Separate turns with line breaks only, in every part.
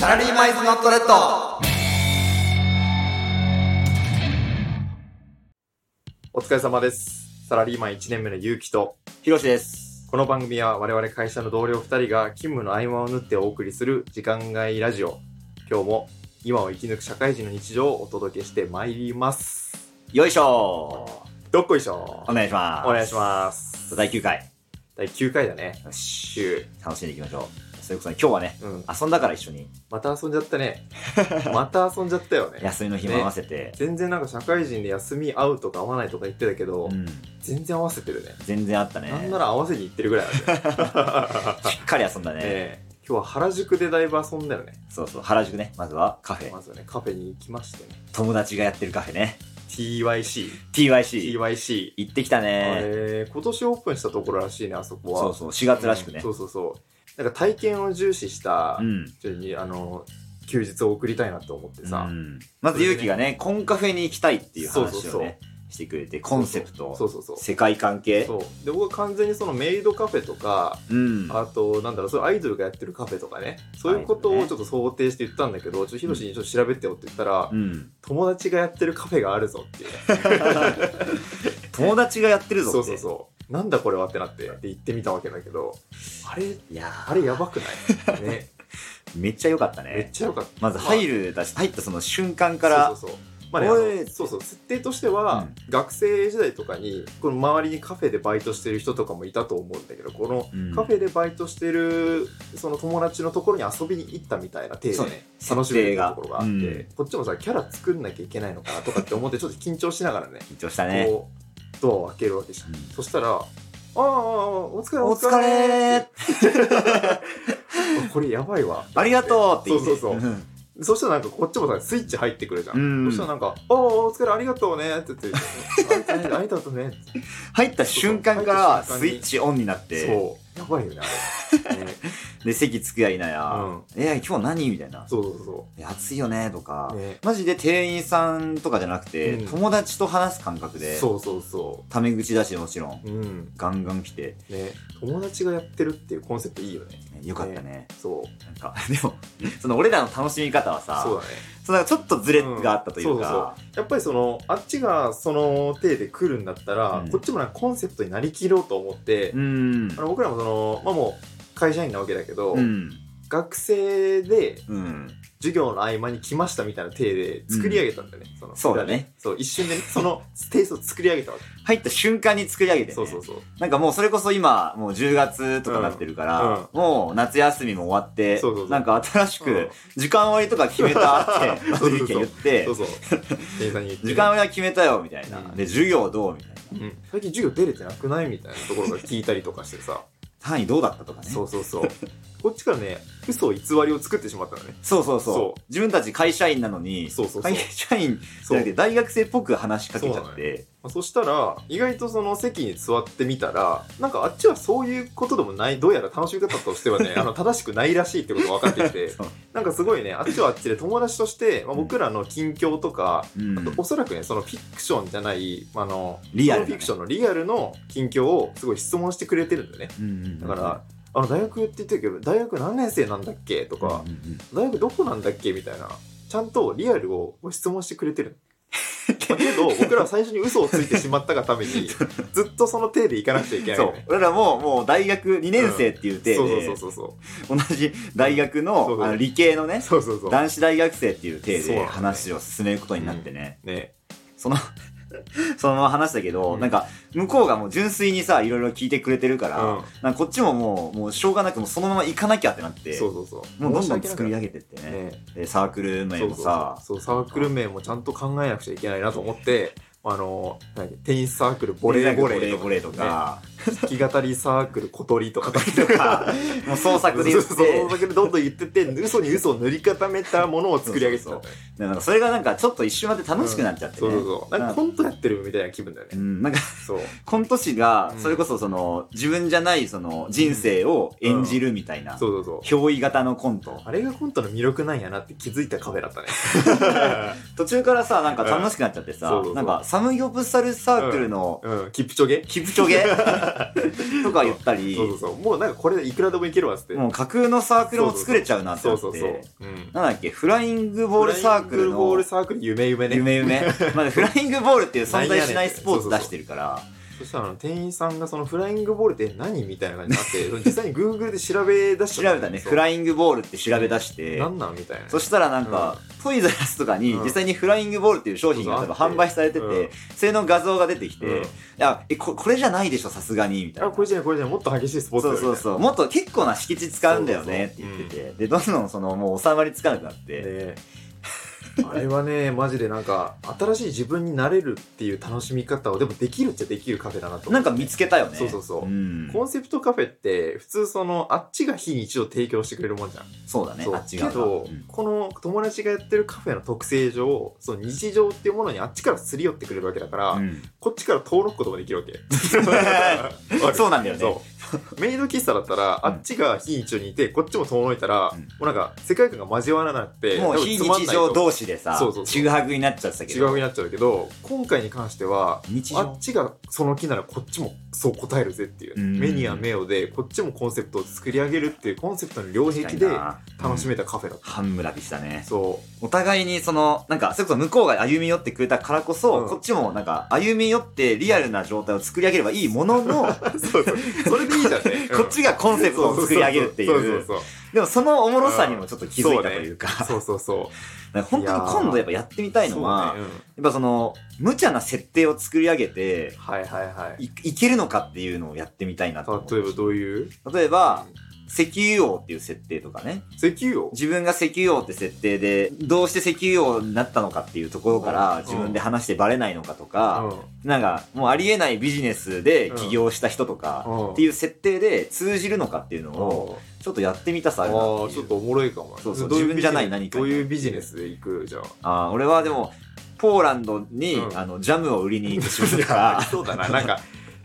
サラリーマイズノットレッド
お疲れ様です。サラリーマン1年目のゆうきと、
ひろしです。
この番組は我々会社の同僚2人が勤務の合間を縫ってお送りする時間外ラジオ。今日も今を生き抜く社会人の日常をお届けしてまいります。
よいしょ
どっこいしょ
お願いします。
お願いします。
第9回。
第9回だね。
よし。
9。
楽しんでいきましょう。それこそね、今日はね、
うん。
遊んだから一緒に、
また遊んじゃったね。 また遊んじゃったよね。
休みの日も合わせて、
全然なんか社会人で休み合うとか合わないとか言ってたけど、
うん、
全然合わせてるね。
全然あったね。
なんなら合わせに行ってるぐらいなんだよ。
しっかり遊んだね。
ええ今日は原宿でだいぶ遊んだよね。
そうそう、原宿ね。まずはカフェ。
まずはね、カフェに行きましてね。
友達がやってるカフェね。
TYC。
TYC。
TYC。
行ってきたね。
えー、今年オープンしたところらしいね、あそこは。
そうそう、4月らしくね
そ。うそうそう。なんか体験を重視した、
うん。
非常に、あの、休日を送りたいなと思ってさ。
うんまず勇気がね、コンカフェに行きたいっていう話をね、
そうそうそう
してくれて、コンセプト、
そうそうそう。
世界関係。
そううで僕は完全にそのメイドカフェとか、
ん。
あと、なんだろう、そういうアイドルがやってるカフェとかね、そういうこと
アイドル
を
ね
ちょっと想定して言ったんだけど、ちょっとヒロシにちょっと調べてよって言ったら、
うん。
友達がやってるカフェがあるぞっていうね、
友達がやってるぞって。
そうそうそう。なんだこれはってなって、で行ってみたわけだけど、あれ、
いやー
あれやばくないね、
めっちゃ良かった
めっ
ね。
ちゃよかった。
まず入
る
るだし、入ったその瞬間から、
そうそうそう。まあね、あ
おい
のそうそう設定としては、
うん
学生時代とかにこの周りにカフェでバイトしてる人とかもいたと思うんだけどこの
うん
カフェでバイトしてるその友達のところに遊びに行ったみたいな体で
そう
ね
ね
楽しめるところがあって、
設定が
こっちもさキャラ作んなきゃいけないのかなとかって思ってちょっと緊張しながらね
緊張した ね。
こうドアを開けるわけじゃん、
うん
そしたら「あーあーお疲れ
お疲れー
これやばいわ
ありがとうって言って。
そうそうそ
ん
うそしたらなんかこっちもさスイッチ入ってくるじゃん、
うん
そしたらなんか「おーお疲れありがとうね」って言って「ありがとうね」
入った瞬間から
そうそう
スイッチオンになって、
そうやばいよねあれ、ね、
で、席つくやいなや、えー、今日何みたいな。
そうそうそ
え暑いよねとか、
ね
マジで店員さんとかじゃなくて、
うん
友達と話す感覚
う
で、
そうそうそ
タメ口だしもちろん、
ううん
ガンガン来て、
ね、友達がやってるっていうコンセプトいいよね。
ねよかったね。
そう。
なんか、 でも、その俺らの楽しみ方はさ、
そうだね。
そのなんかちょっとズレがあったという
うんそう
か、
やっぱりその、あっちがその体で来るんだったら、
うん
こっちもなんかコンセプトになりきろうと思って、
うん。
あの僕らもその、まあもう会社員なわけだけど、
うん。
学生で
うん。
授業の合間に来ましたみたいな体で作り上げたんだよね。その
そうだね。
そう、一瞬でね、そのテイストを作り上げたわけ。
入った瞬間に作り上げて、ね、
そうそうそう。
なんかもうそれこそ今、もう10月とかなってるから、もう夏休みも終わって、
そうそうそう
なんか新し
うん
く、時間割とか決めた って、
うん
まずゆき が言って
そう、そう。店員さんに言ってね
時間割は決めたよ、みたいな。
うん
で、授業どうみたいな。
うん、最近授業出れてなくないみたいなところから聞いたりとかしてさ。
単位どうだったとかね。
そ
そう
うそうそう。こっちからね、嘘を偽りを作ってしまっ たのね。
そうそう
そう
自分たち会社員なのに、
そうそうそ
会
う
社員じ
そ
ゃ
う。
なくて
ま
大学生っぽく話しかけちゃって、
あそしたら、意外とその席に座ってみたら、なんかあっちはそういうことでもない、どうやら楽しみ方として はね、あの、正しくないらしいってことが分かってきて
そう、
なんかすごいね、あっちはあっちで友達として、まあ、
うん
僕らの近況とか、
うん
あとおそらくね、そのフィクションじゃない、あの、
リアル
ノ
だね
ンフィクションのリアルの近況をすごい質問してくれてるんだよね。
うんうんうん
だから、あの、大学って言ってるけど、大学何年生なんだっけとか
う、んうんうん
大学どこなんだっけみたいなちゃんとリアルをご質問してくれてる だけど僕らは最初に嘘をついてしまったがためにずっとその体でいかなくちゃいけない
そ
よ
う
ね。
俺らも、もう大学2年生っていう体
そう
で、
そうそ
同
う
じ大学
そう
の
そう
あの理系のね、
そうそうそうそう
男子大学生っていう体
そう
で
なのね
話を進めることになってね、
ね
その、 そのまま話したけど、
うん
なんか、向こうがもう純粋にさ、いろいろ聞いてくれてるか
う
ら、
ん
なんかこっちももう、もうしょうがなくもうそのまま行かなきゃってなって、
そうそうそう
もうどんどん
申し
作
訳
り
な
上
か
げてって
った
ね。
ね
でサークル名
そう
も
そう
さ、
そうそうサークル名もちゃんと考えなくちゃいけないなと思ってあの何だっけテニスサークルボレーボレー
ボレーとか、
弾き語りサークル小鳥とか
とか、 もう創作で言っ
そうそう
て
そう、だけどどんどん言ってって嘘に嘘を塗り固めたものを作り上げてたんだよね
でなんかそれがなんかちょっと一瞬まで楽しくなっちゃって
そ
ね。
うそうそう。なんかコントやってるみたいな気分だよ
う
ね。
ん、なんか
そう。
コント師が
う、ん
それこそその、自分じゃないその、人生を演じるみたいな、
そうそうそう。
憑依型のコント。
あれがコントの魅力なんやなって気づいたカフェだったね。
途中からさ、なんか楽しくなっちゃって
うんそ
さ
うそうそ、う
なんか、サムギョプサルサークルの、
うん。キプチョゲ
キプチョゲとか言ったり
そうそうそうもうなんかこれでいくらでもいけるわっつって
もう架空のサークルも作れちゃうなって
そ
思
う
って
そうそう、うん、
なんだっけフライングボールサークル
フライングボー
の
ルサークル夢夢ね
夢夢まあフライングボールっていう存在しないスポーツ出してるから
そしたらあの店員さんがそのフライングボールって何みたいな感じ になって実際に Google で調べ出し
調
ちゃ
べ
った
ね
そう
フライングボールって調べ出して
なんなんみたいな
そしたらなんか、トイザらスとかに
うん
実際にフライングボールっていう商品が多分販売されてて、
うん
それの画像が出てきて、
うん
いやえここれじゃないでしょさすがにみたい
あ
な
これじゃないこれじゃないもっと激しいスポーツだ
そ
よ
うそうそうもっと結構な敷地使うんだよねって言ってて、でどんどんそのもう収まりつかなくなって、
ねあれはね マジでなんか新しい自分になれるっていう楽しみ方をでもできるっちゃできるカフェだなと思
な
うん
か見つけたよね
そうそうそう
うん
コンセプトカフェって普通そのあっちが非日常提供してくれるもんじゃん、
そうだね
そう
あっち側
けど、
うん
この友達がやってるカフェの特性上その日常っていうものにあっちからすり寄ってくれるわけだから、
うん
こっちから登録こともで きるわけわかる
そうなんだよね
そうメイド喫茶だったら、あっちが非日常にいてこっちも遠のいたら、
うん
もうなんか世界観が交わらなくて
もう
多分
非
つまん
日
ないと
常同士でさ
そうそうそう
ちぐはぐになっちゃってたけ
違う
ど
になっちゃうけど今回に関しては
日
あ
常
っちがその気ならこっちもそう答えるぜっていう
うん
目には目をでこっちもコンセプトを作り上げるっていうコンセプトの両壁で楽しめ
た、
たカフェだった、
半村でしたね
そ
お互いにそのなんかそれこそ向こうが歩み寄ってくれたからこそ、
うん
こっちもなんか歩み寄ってリアルな状態を作り上げればいいもののこ
うそうそうそれでいいじ ゃんね、
っちがコンセプトを作り上げるってい
そうそう
う
そう
でもそのおもろさにもちょっと気づいたというか,、
そうそうそう
なんか本当に今度やっぱやってみたいのは
そうね
やっぱその無茶な設定を作り上げて
うんはいはいはい
いいけるのかっていうのをやってみたいなと思
例えばどういう
う例えば石油王っていう設定とかね
石油を
自分が石油王って設定でどうして石油王になったのかっていうところから
うん
自分で話してバレないのかとか、
うん
なんか、もうありえないビジネスで起業した人とか、
うん
っていう設定で通じるのかっていうのを、ちょっとやってみたさあ
あ
るなっ
ー
て
ち
い
ょっ
う。
とおもろいかも
そうそう
どい
自分じゃない何か
どういうビジネスで行くじゃん
あー俺はでも、ポーランドに、
うん
あの、ジャムを売りに行ってしまっ
い
たか
やあり
ら、
そうだななんか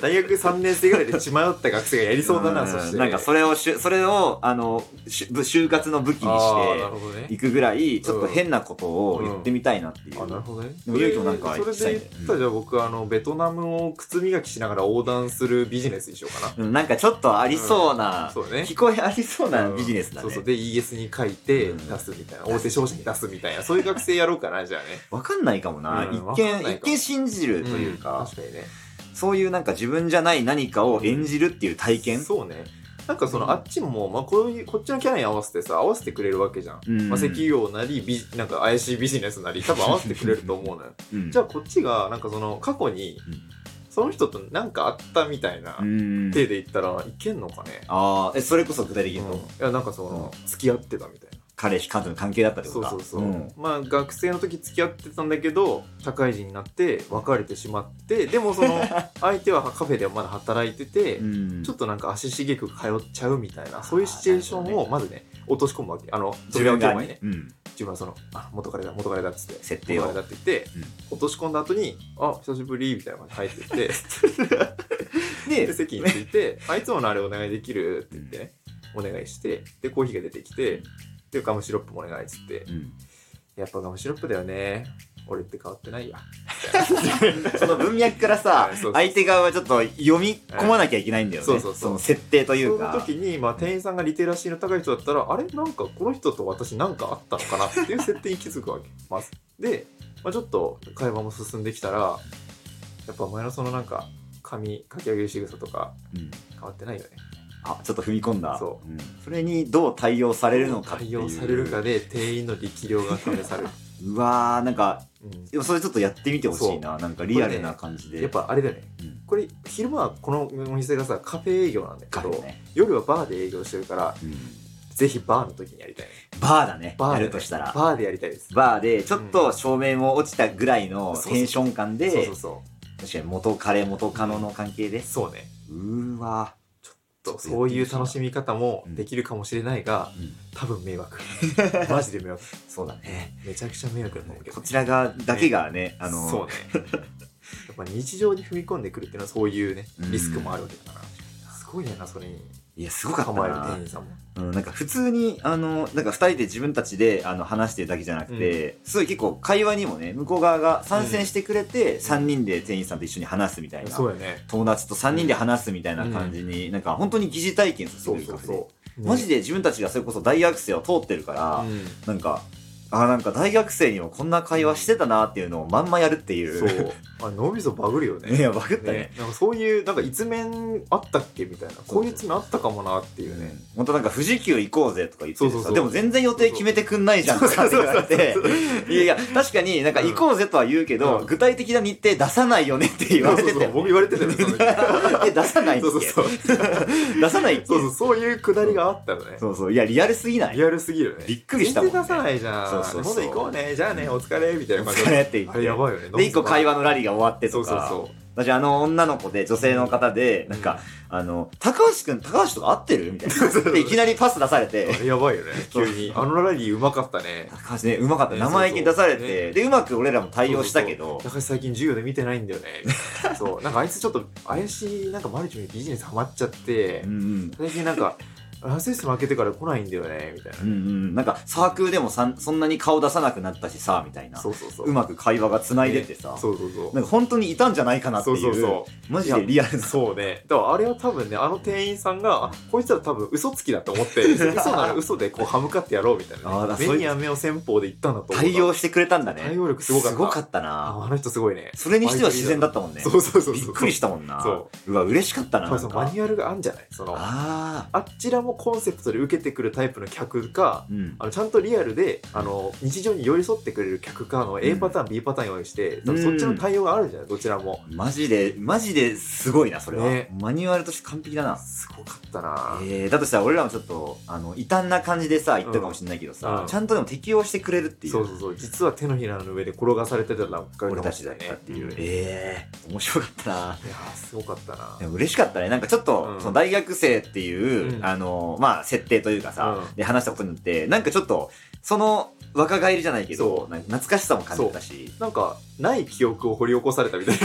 大学3年生ぐらいで血迷った学生がやりそうだな、
ん
そして
なんかそれをしゅ、それを、あの、しゅ就活の武器に
あーな
し
るほど
て、
ね
いくぐらい、ちょっと変なことを言ってみたいなっていう。
あなるほどね
でもゆうきもなんか
それ
したい
で
ね
言ったらじゃあ僕あのベトナムを靴磨きしながら横断するビジネスにしようか
うんなんかちょっとありそうな
な、そうね
聞こえありそうなビジネスだ
そうそう
ね。
で ES に書いて
うん
出すみたいな、大手商社に出すみたいなそういう学生やろうかなじゃあね
わかんないかもな。
うんわ
一
かんないかも
見、一見信じるというか。
ん確かにね
そういうなんか自分じゃない何かを演じるっていう体験。
そうねなんかそのあっちも、まあ、こういうこっちのキャラに合わせてさ合わせてくれるわけじゃん、
うん
まあ、石油王なりビジなんか怪しいビジネスなり多分合わせてくれると思うの よ
うん
じゃあこっちがなんかその過去に
うん
その人と何かあったみたいな
うん
手で言ったらいけんのかね、
ああ、え、それこそ具体的
う
に
ん
言う
い
と、
やなんかその付き合ってたみたいな
彼氏、彼女の関係だったってこ
そ
と
う
か。
そうそう、
ん
まあ学生の時付き合ってたんだけど社会人になって別れてしまってでも その相手はカフェでまだ働いてて、
うん
ちょっとなんか足しげく通っちゃうみたいなそういうシチュエーションをまずね落とし込むわけあの
自分
が
がね
ね、
うん
自分はそのあ元彼だ元彼だっつって
設定を
元彼だって言って、落とし込んだ後にあ久しぶりみたいな感じで入って ってで
で、
席について「あいつものあれお願いできる?」って言ってねお願いしてでコーヒーが出てきてでガムシロップもお願いっつって
うん
「やっぱガムシロップだよね俺って変わってないや」
その文脈からさ
はい そうそう、
相手側はちょっと読み込まなきゃいけないんだよね。
はいそうそうそう
の設定と
そ
いう
の
か。
時に、まあ、店員さんがリテラシーの高い人だったらあれなんかこの人と私なんかあったのかなって いう設定に気づくわけまずで、まあ、ちょっと会話も進んできたらやっぱお前のそのなんか髪かき上げる仕草とか
うん
変わってないよね
あ、ちょっと踏み込んだ。
そ
うんそれにどう対応されるのかってい
対
う。
応されるかで店員の力量が試され る、
うわー、なんか、
うん
でもそれちょっとやってみてほしいな。なんかリアルな感じで。
やっ、ぱあれだよね
うん
これ昼間はこのお店がさカフェ営業なんだけ
カフェ
ど、
ね。
夜はバーで営業してるから
うん
ぜひバーの時にやりたいね
バーだね。
バー
や
で
るとしたら。
バーでやりたいです
バーで、ちょっと照明も落ちたぐらいのテンション感
そうそ
で
う、そ
確かに元彼、元カノの関係で
う。そうね
うーわ
とそういう楽しみ方も
うん
できるかもしれないが、
うん
多分迷 惑マジで迷惑
そうだね。
めちゃくちゃ迷惑だと思うけど
こちら側だけがね、あ
そう
の、
ねやっぱ日常に踏み込んでくるっていうのはそういうねリスクもあるわけだから、すごいねなそれに
いや、すごかった
構える店
な
員。さんも。
うん、なんか普通に、あの、なんか二人で自分たちで、あの、話してるだけじゃなくて、すごい結構会話にもね、向こう側が参戦してくれて、三人で店員さんと一緒に話すみたいな。
そうやね。
友達と三人で話すみたいな感じに、なんか本当に疑似体験させて
そ
くれ
う
る
そ
カフ
う
ェで。
そう。
マジで自分たちがそれこそ大学生を通ってるから、
うん
なんか、あなんか大学生にもこんな会話してたなっていうのをまんまやるっていう。
そう。あれ脳みそバグるよね。
いや、バグったね
ね、なんかそういうなんか一面あったっけみたいなこういう一面あったかもなっていうね、
本当なんか富士急行こうぜとか言ってて
そうそう
さ
そう
でも全然予定決めてくんないじゃんとかって言われて
そうそう
いやいや確かになんか行こうぜとは言うけど、
うん
具体的な日程出さないよねって言われて
そう
て
そうそう僕言われてたよねその時
え出さないっけ
そうそうそう
出さないっけ
そうそうそういうくだりがあったのね
そうそういやリアルすぎない
リアルすぎるよね
びっくりしたもんね
全然出さないじゃん
そうそうそう
今度行こうねじゃあね、お疲れみたいな感じ
それって言っ
あれ
て
やばいよね
で一個会
話
話のラリーが終わってと
そう
か
そうそ
私あの女の子で女性の方で
う
なんか、あの高橋くん高橋とか合ってるみたい
そうそ
な
う
でいきなりパス出され
あ
て
れやばいよね
そう
急にあのラリーうまかったね
高橋ねうまかった
ね
生意気に出されて、
そうそうね
でうまく俺らも対応したけど
高橋最近授業で見てないんだよ ねそうなんかあいつちょっと怪しいなんかマルチにビジネスハマっちゃって
うんうん
最近なんかラスエス負けてから来ないんだよねみたいな
うんうん、なんかサークルでもさんそんなに顔出さなくなったしさみたいな
そうそうそう
まく会話がつないでてさ、
そうそうそう
なんか本当にいたんじゃないかなって
そ
いうう
そうそ
マジでリアル
う
な
そうねだからあれは多分ねあの店員さんがあこいつら多分嘘つきだと思って 嘘なら嘘でこう歯向かってやろうみたい
あー
な、
だ
ね、
そういう
目に飴を戦法で言ったんだと思う
対応してくれたんだね
対応力すごかっ
す
た
ごかった
あ
な
あの人すごいね
それにしては自然だったもんね
そうそうそうそう
びっくり
し
したもんな
そう
わ嬉しかったな
多分その
なん
マ
か
ニュアルがあるんじゃないそのあ
ああ
っちらもコンセプトで受けてくるタイプの客か
うん
あのちゃんとリアルであの日常に寄り添ってくれる客かの A パターン、B パターン用意して多分そっちの対応があるんじゃないどちらも
マジでマジですごいなそれは、
ね
マニュアルとして完璧だな
すごかったな、
えー、だとしたら俺らもちょっとあの異端な感じでさ言ったかもしれないけどさ、
うん
ちゃんとでも適応してくれるっていう
そうそうそう実は手のひらの上で転がされてたら
俺たちだったっていう。
いや
ええ面白かったな。
ーすごかったな
でも嬉しかったね。なんかちょっと、
うん
その大学生っていう、
うん
あの、まあ、設定というかさ、
うん
で話したことによって、なんかちょっと、その若返りじゃないけ
そ
ど、
う
なんか懐かしさも感じたし、
なんかない記憶を掘り起こされたみ たい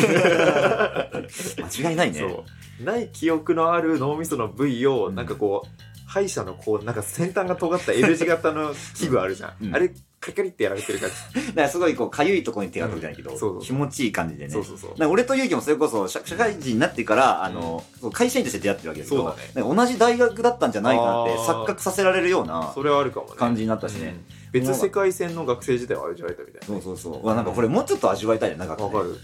間違いないね。
なそうない記憶のある脳みその部位を
うん
なんかこう歯医者のこうなんか先端が尖った L 字 型の器具あるじゃん、
うん
あれカリカリってやられてる感じ、
だからすごいこう、かゆいところに手が届かないけど、
うんそうそう
気持ちいい感じでね。
そうそうそう
なんか俺と勇気もそれこそ社社会人になってから、あの、そう会社員として出会ってるわけだけど、
そうだね
なんか同じ大学だったんじゃないかなって
あー
錯覚させられるような
それはあるかもね
感じになったしね。
うん別世界線の学生時代を味わえたみたいな
そうそうそう。うわ、なんかこれもうちょっと味わいたいね、長くね。
わかる
うん。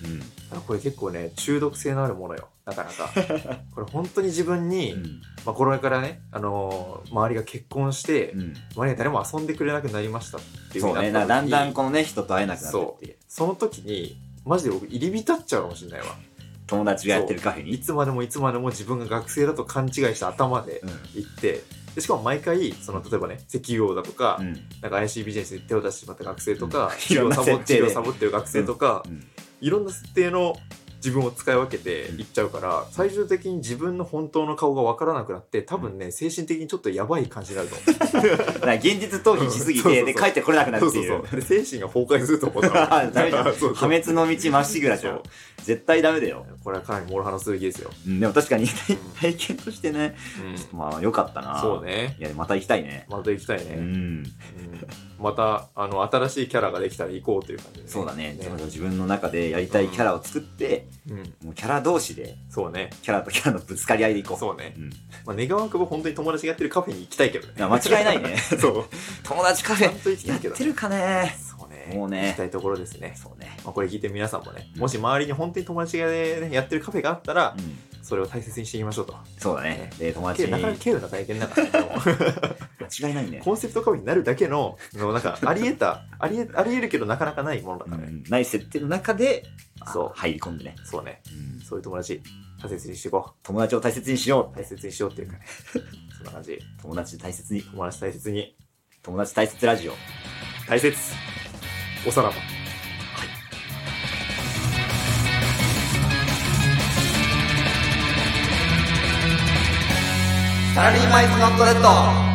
あこれ結構ね中毒性のあるものよなかなか これ本当に自分に、
うん
まあ、これからね、あのー周りが結婚して、
うん、
周りが誰も遊んでくれなくなりましたっていうふ
そうう
に
ね
な
だ
っ
からだん
た時に
だんこのね人と会えなくなってっていう
その時にマジで僕入り浸っちゃうかもしれないわ
友達がやってるカフェに
いつまでもいつまでも自分が学生だと勘違いした頭で
うん
行ってでしかも毎回その例えばね石油王だとか、
うん
なんか怪しいビジネスに手を出してしまった学生とか、
うんい
授
ろん
業
な
サボ
設定で
授業サボってる学生とか、
うん
いろんな設定の自分を使い分けていっちゃうから、最終的に自分の本当の顔が分からなくなって多分ね精神的にちょっとやばい感じに なると思う
だから現実逃避しすぎ
うんそうそう
て
そう
で帰ってこれなくなるっていう
そうそうそうで精神が崩壊すると思う
あ ダメじゃん
そうそう
破滅の道まっしぐらじゃん
そ
絶対ダメだよ、
うこれはかなりモラハラすべきですよ、
うん、でも確かに体験としてね
う ん
まあ良かったな
そうね
いやまた行きたいね
また行きたいね、
う
うん
ん
またあの新しいキャラができたら行こうという感じで、
そうだねちょっと自分の中でやりたいキャラを作って、
うん、
もうキャラ同士で
そうね
キャラとキャラのぶつかり合いでいこう
そうね、
うん、い
まあ、願わくば本当に友達がやってるカフェに行きたいけどね
や間違いないね
そう
友達カフ
ちゃ
ェ
んと行きた
や
い
っ
けど
てるかね
そうね
もうね
行きたいところですね
そうね
まあ、これ聞いてる皆さんもね、
うん
もし周りに本当に友達が、ね、やってるカフェがあったら、
うん
それを大切にしていきましょうと。
そうだね。で、友達
け
に。
どなかなか
間
軽度な体験だから、ね、でも
違いないね。
コンセプトカフェになるだけの、のなんか あり得た、あり得あり得るけどなかなかないものだ
う
からね。
んない設定の中で、
そう
あ入り込んでね。
そうね、
うん
そういう友達、大切にしていこ
友達を大切にしよ
う。大切にしようっていうかね。 そんな感じ。
う。友達大切に。
友達大切に。
友達大切ラジオ。
大切おさらば。
サラリーマイズノットレッド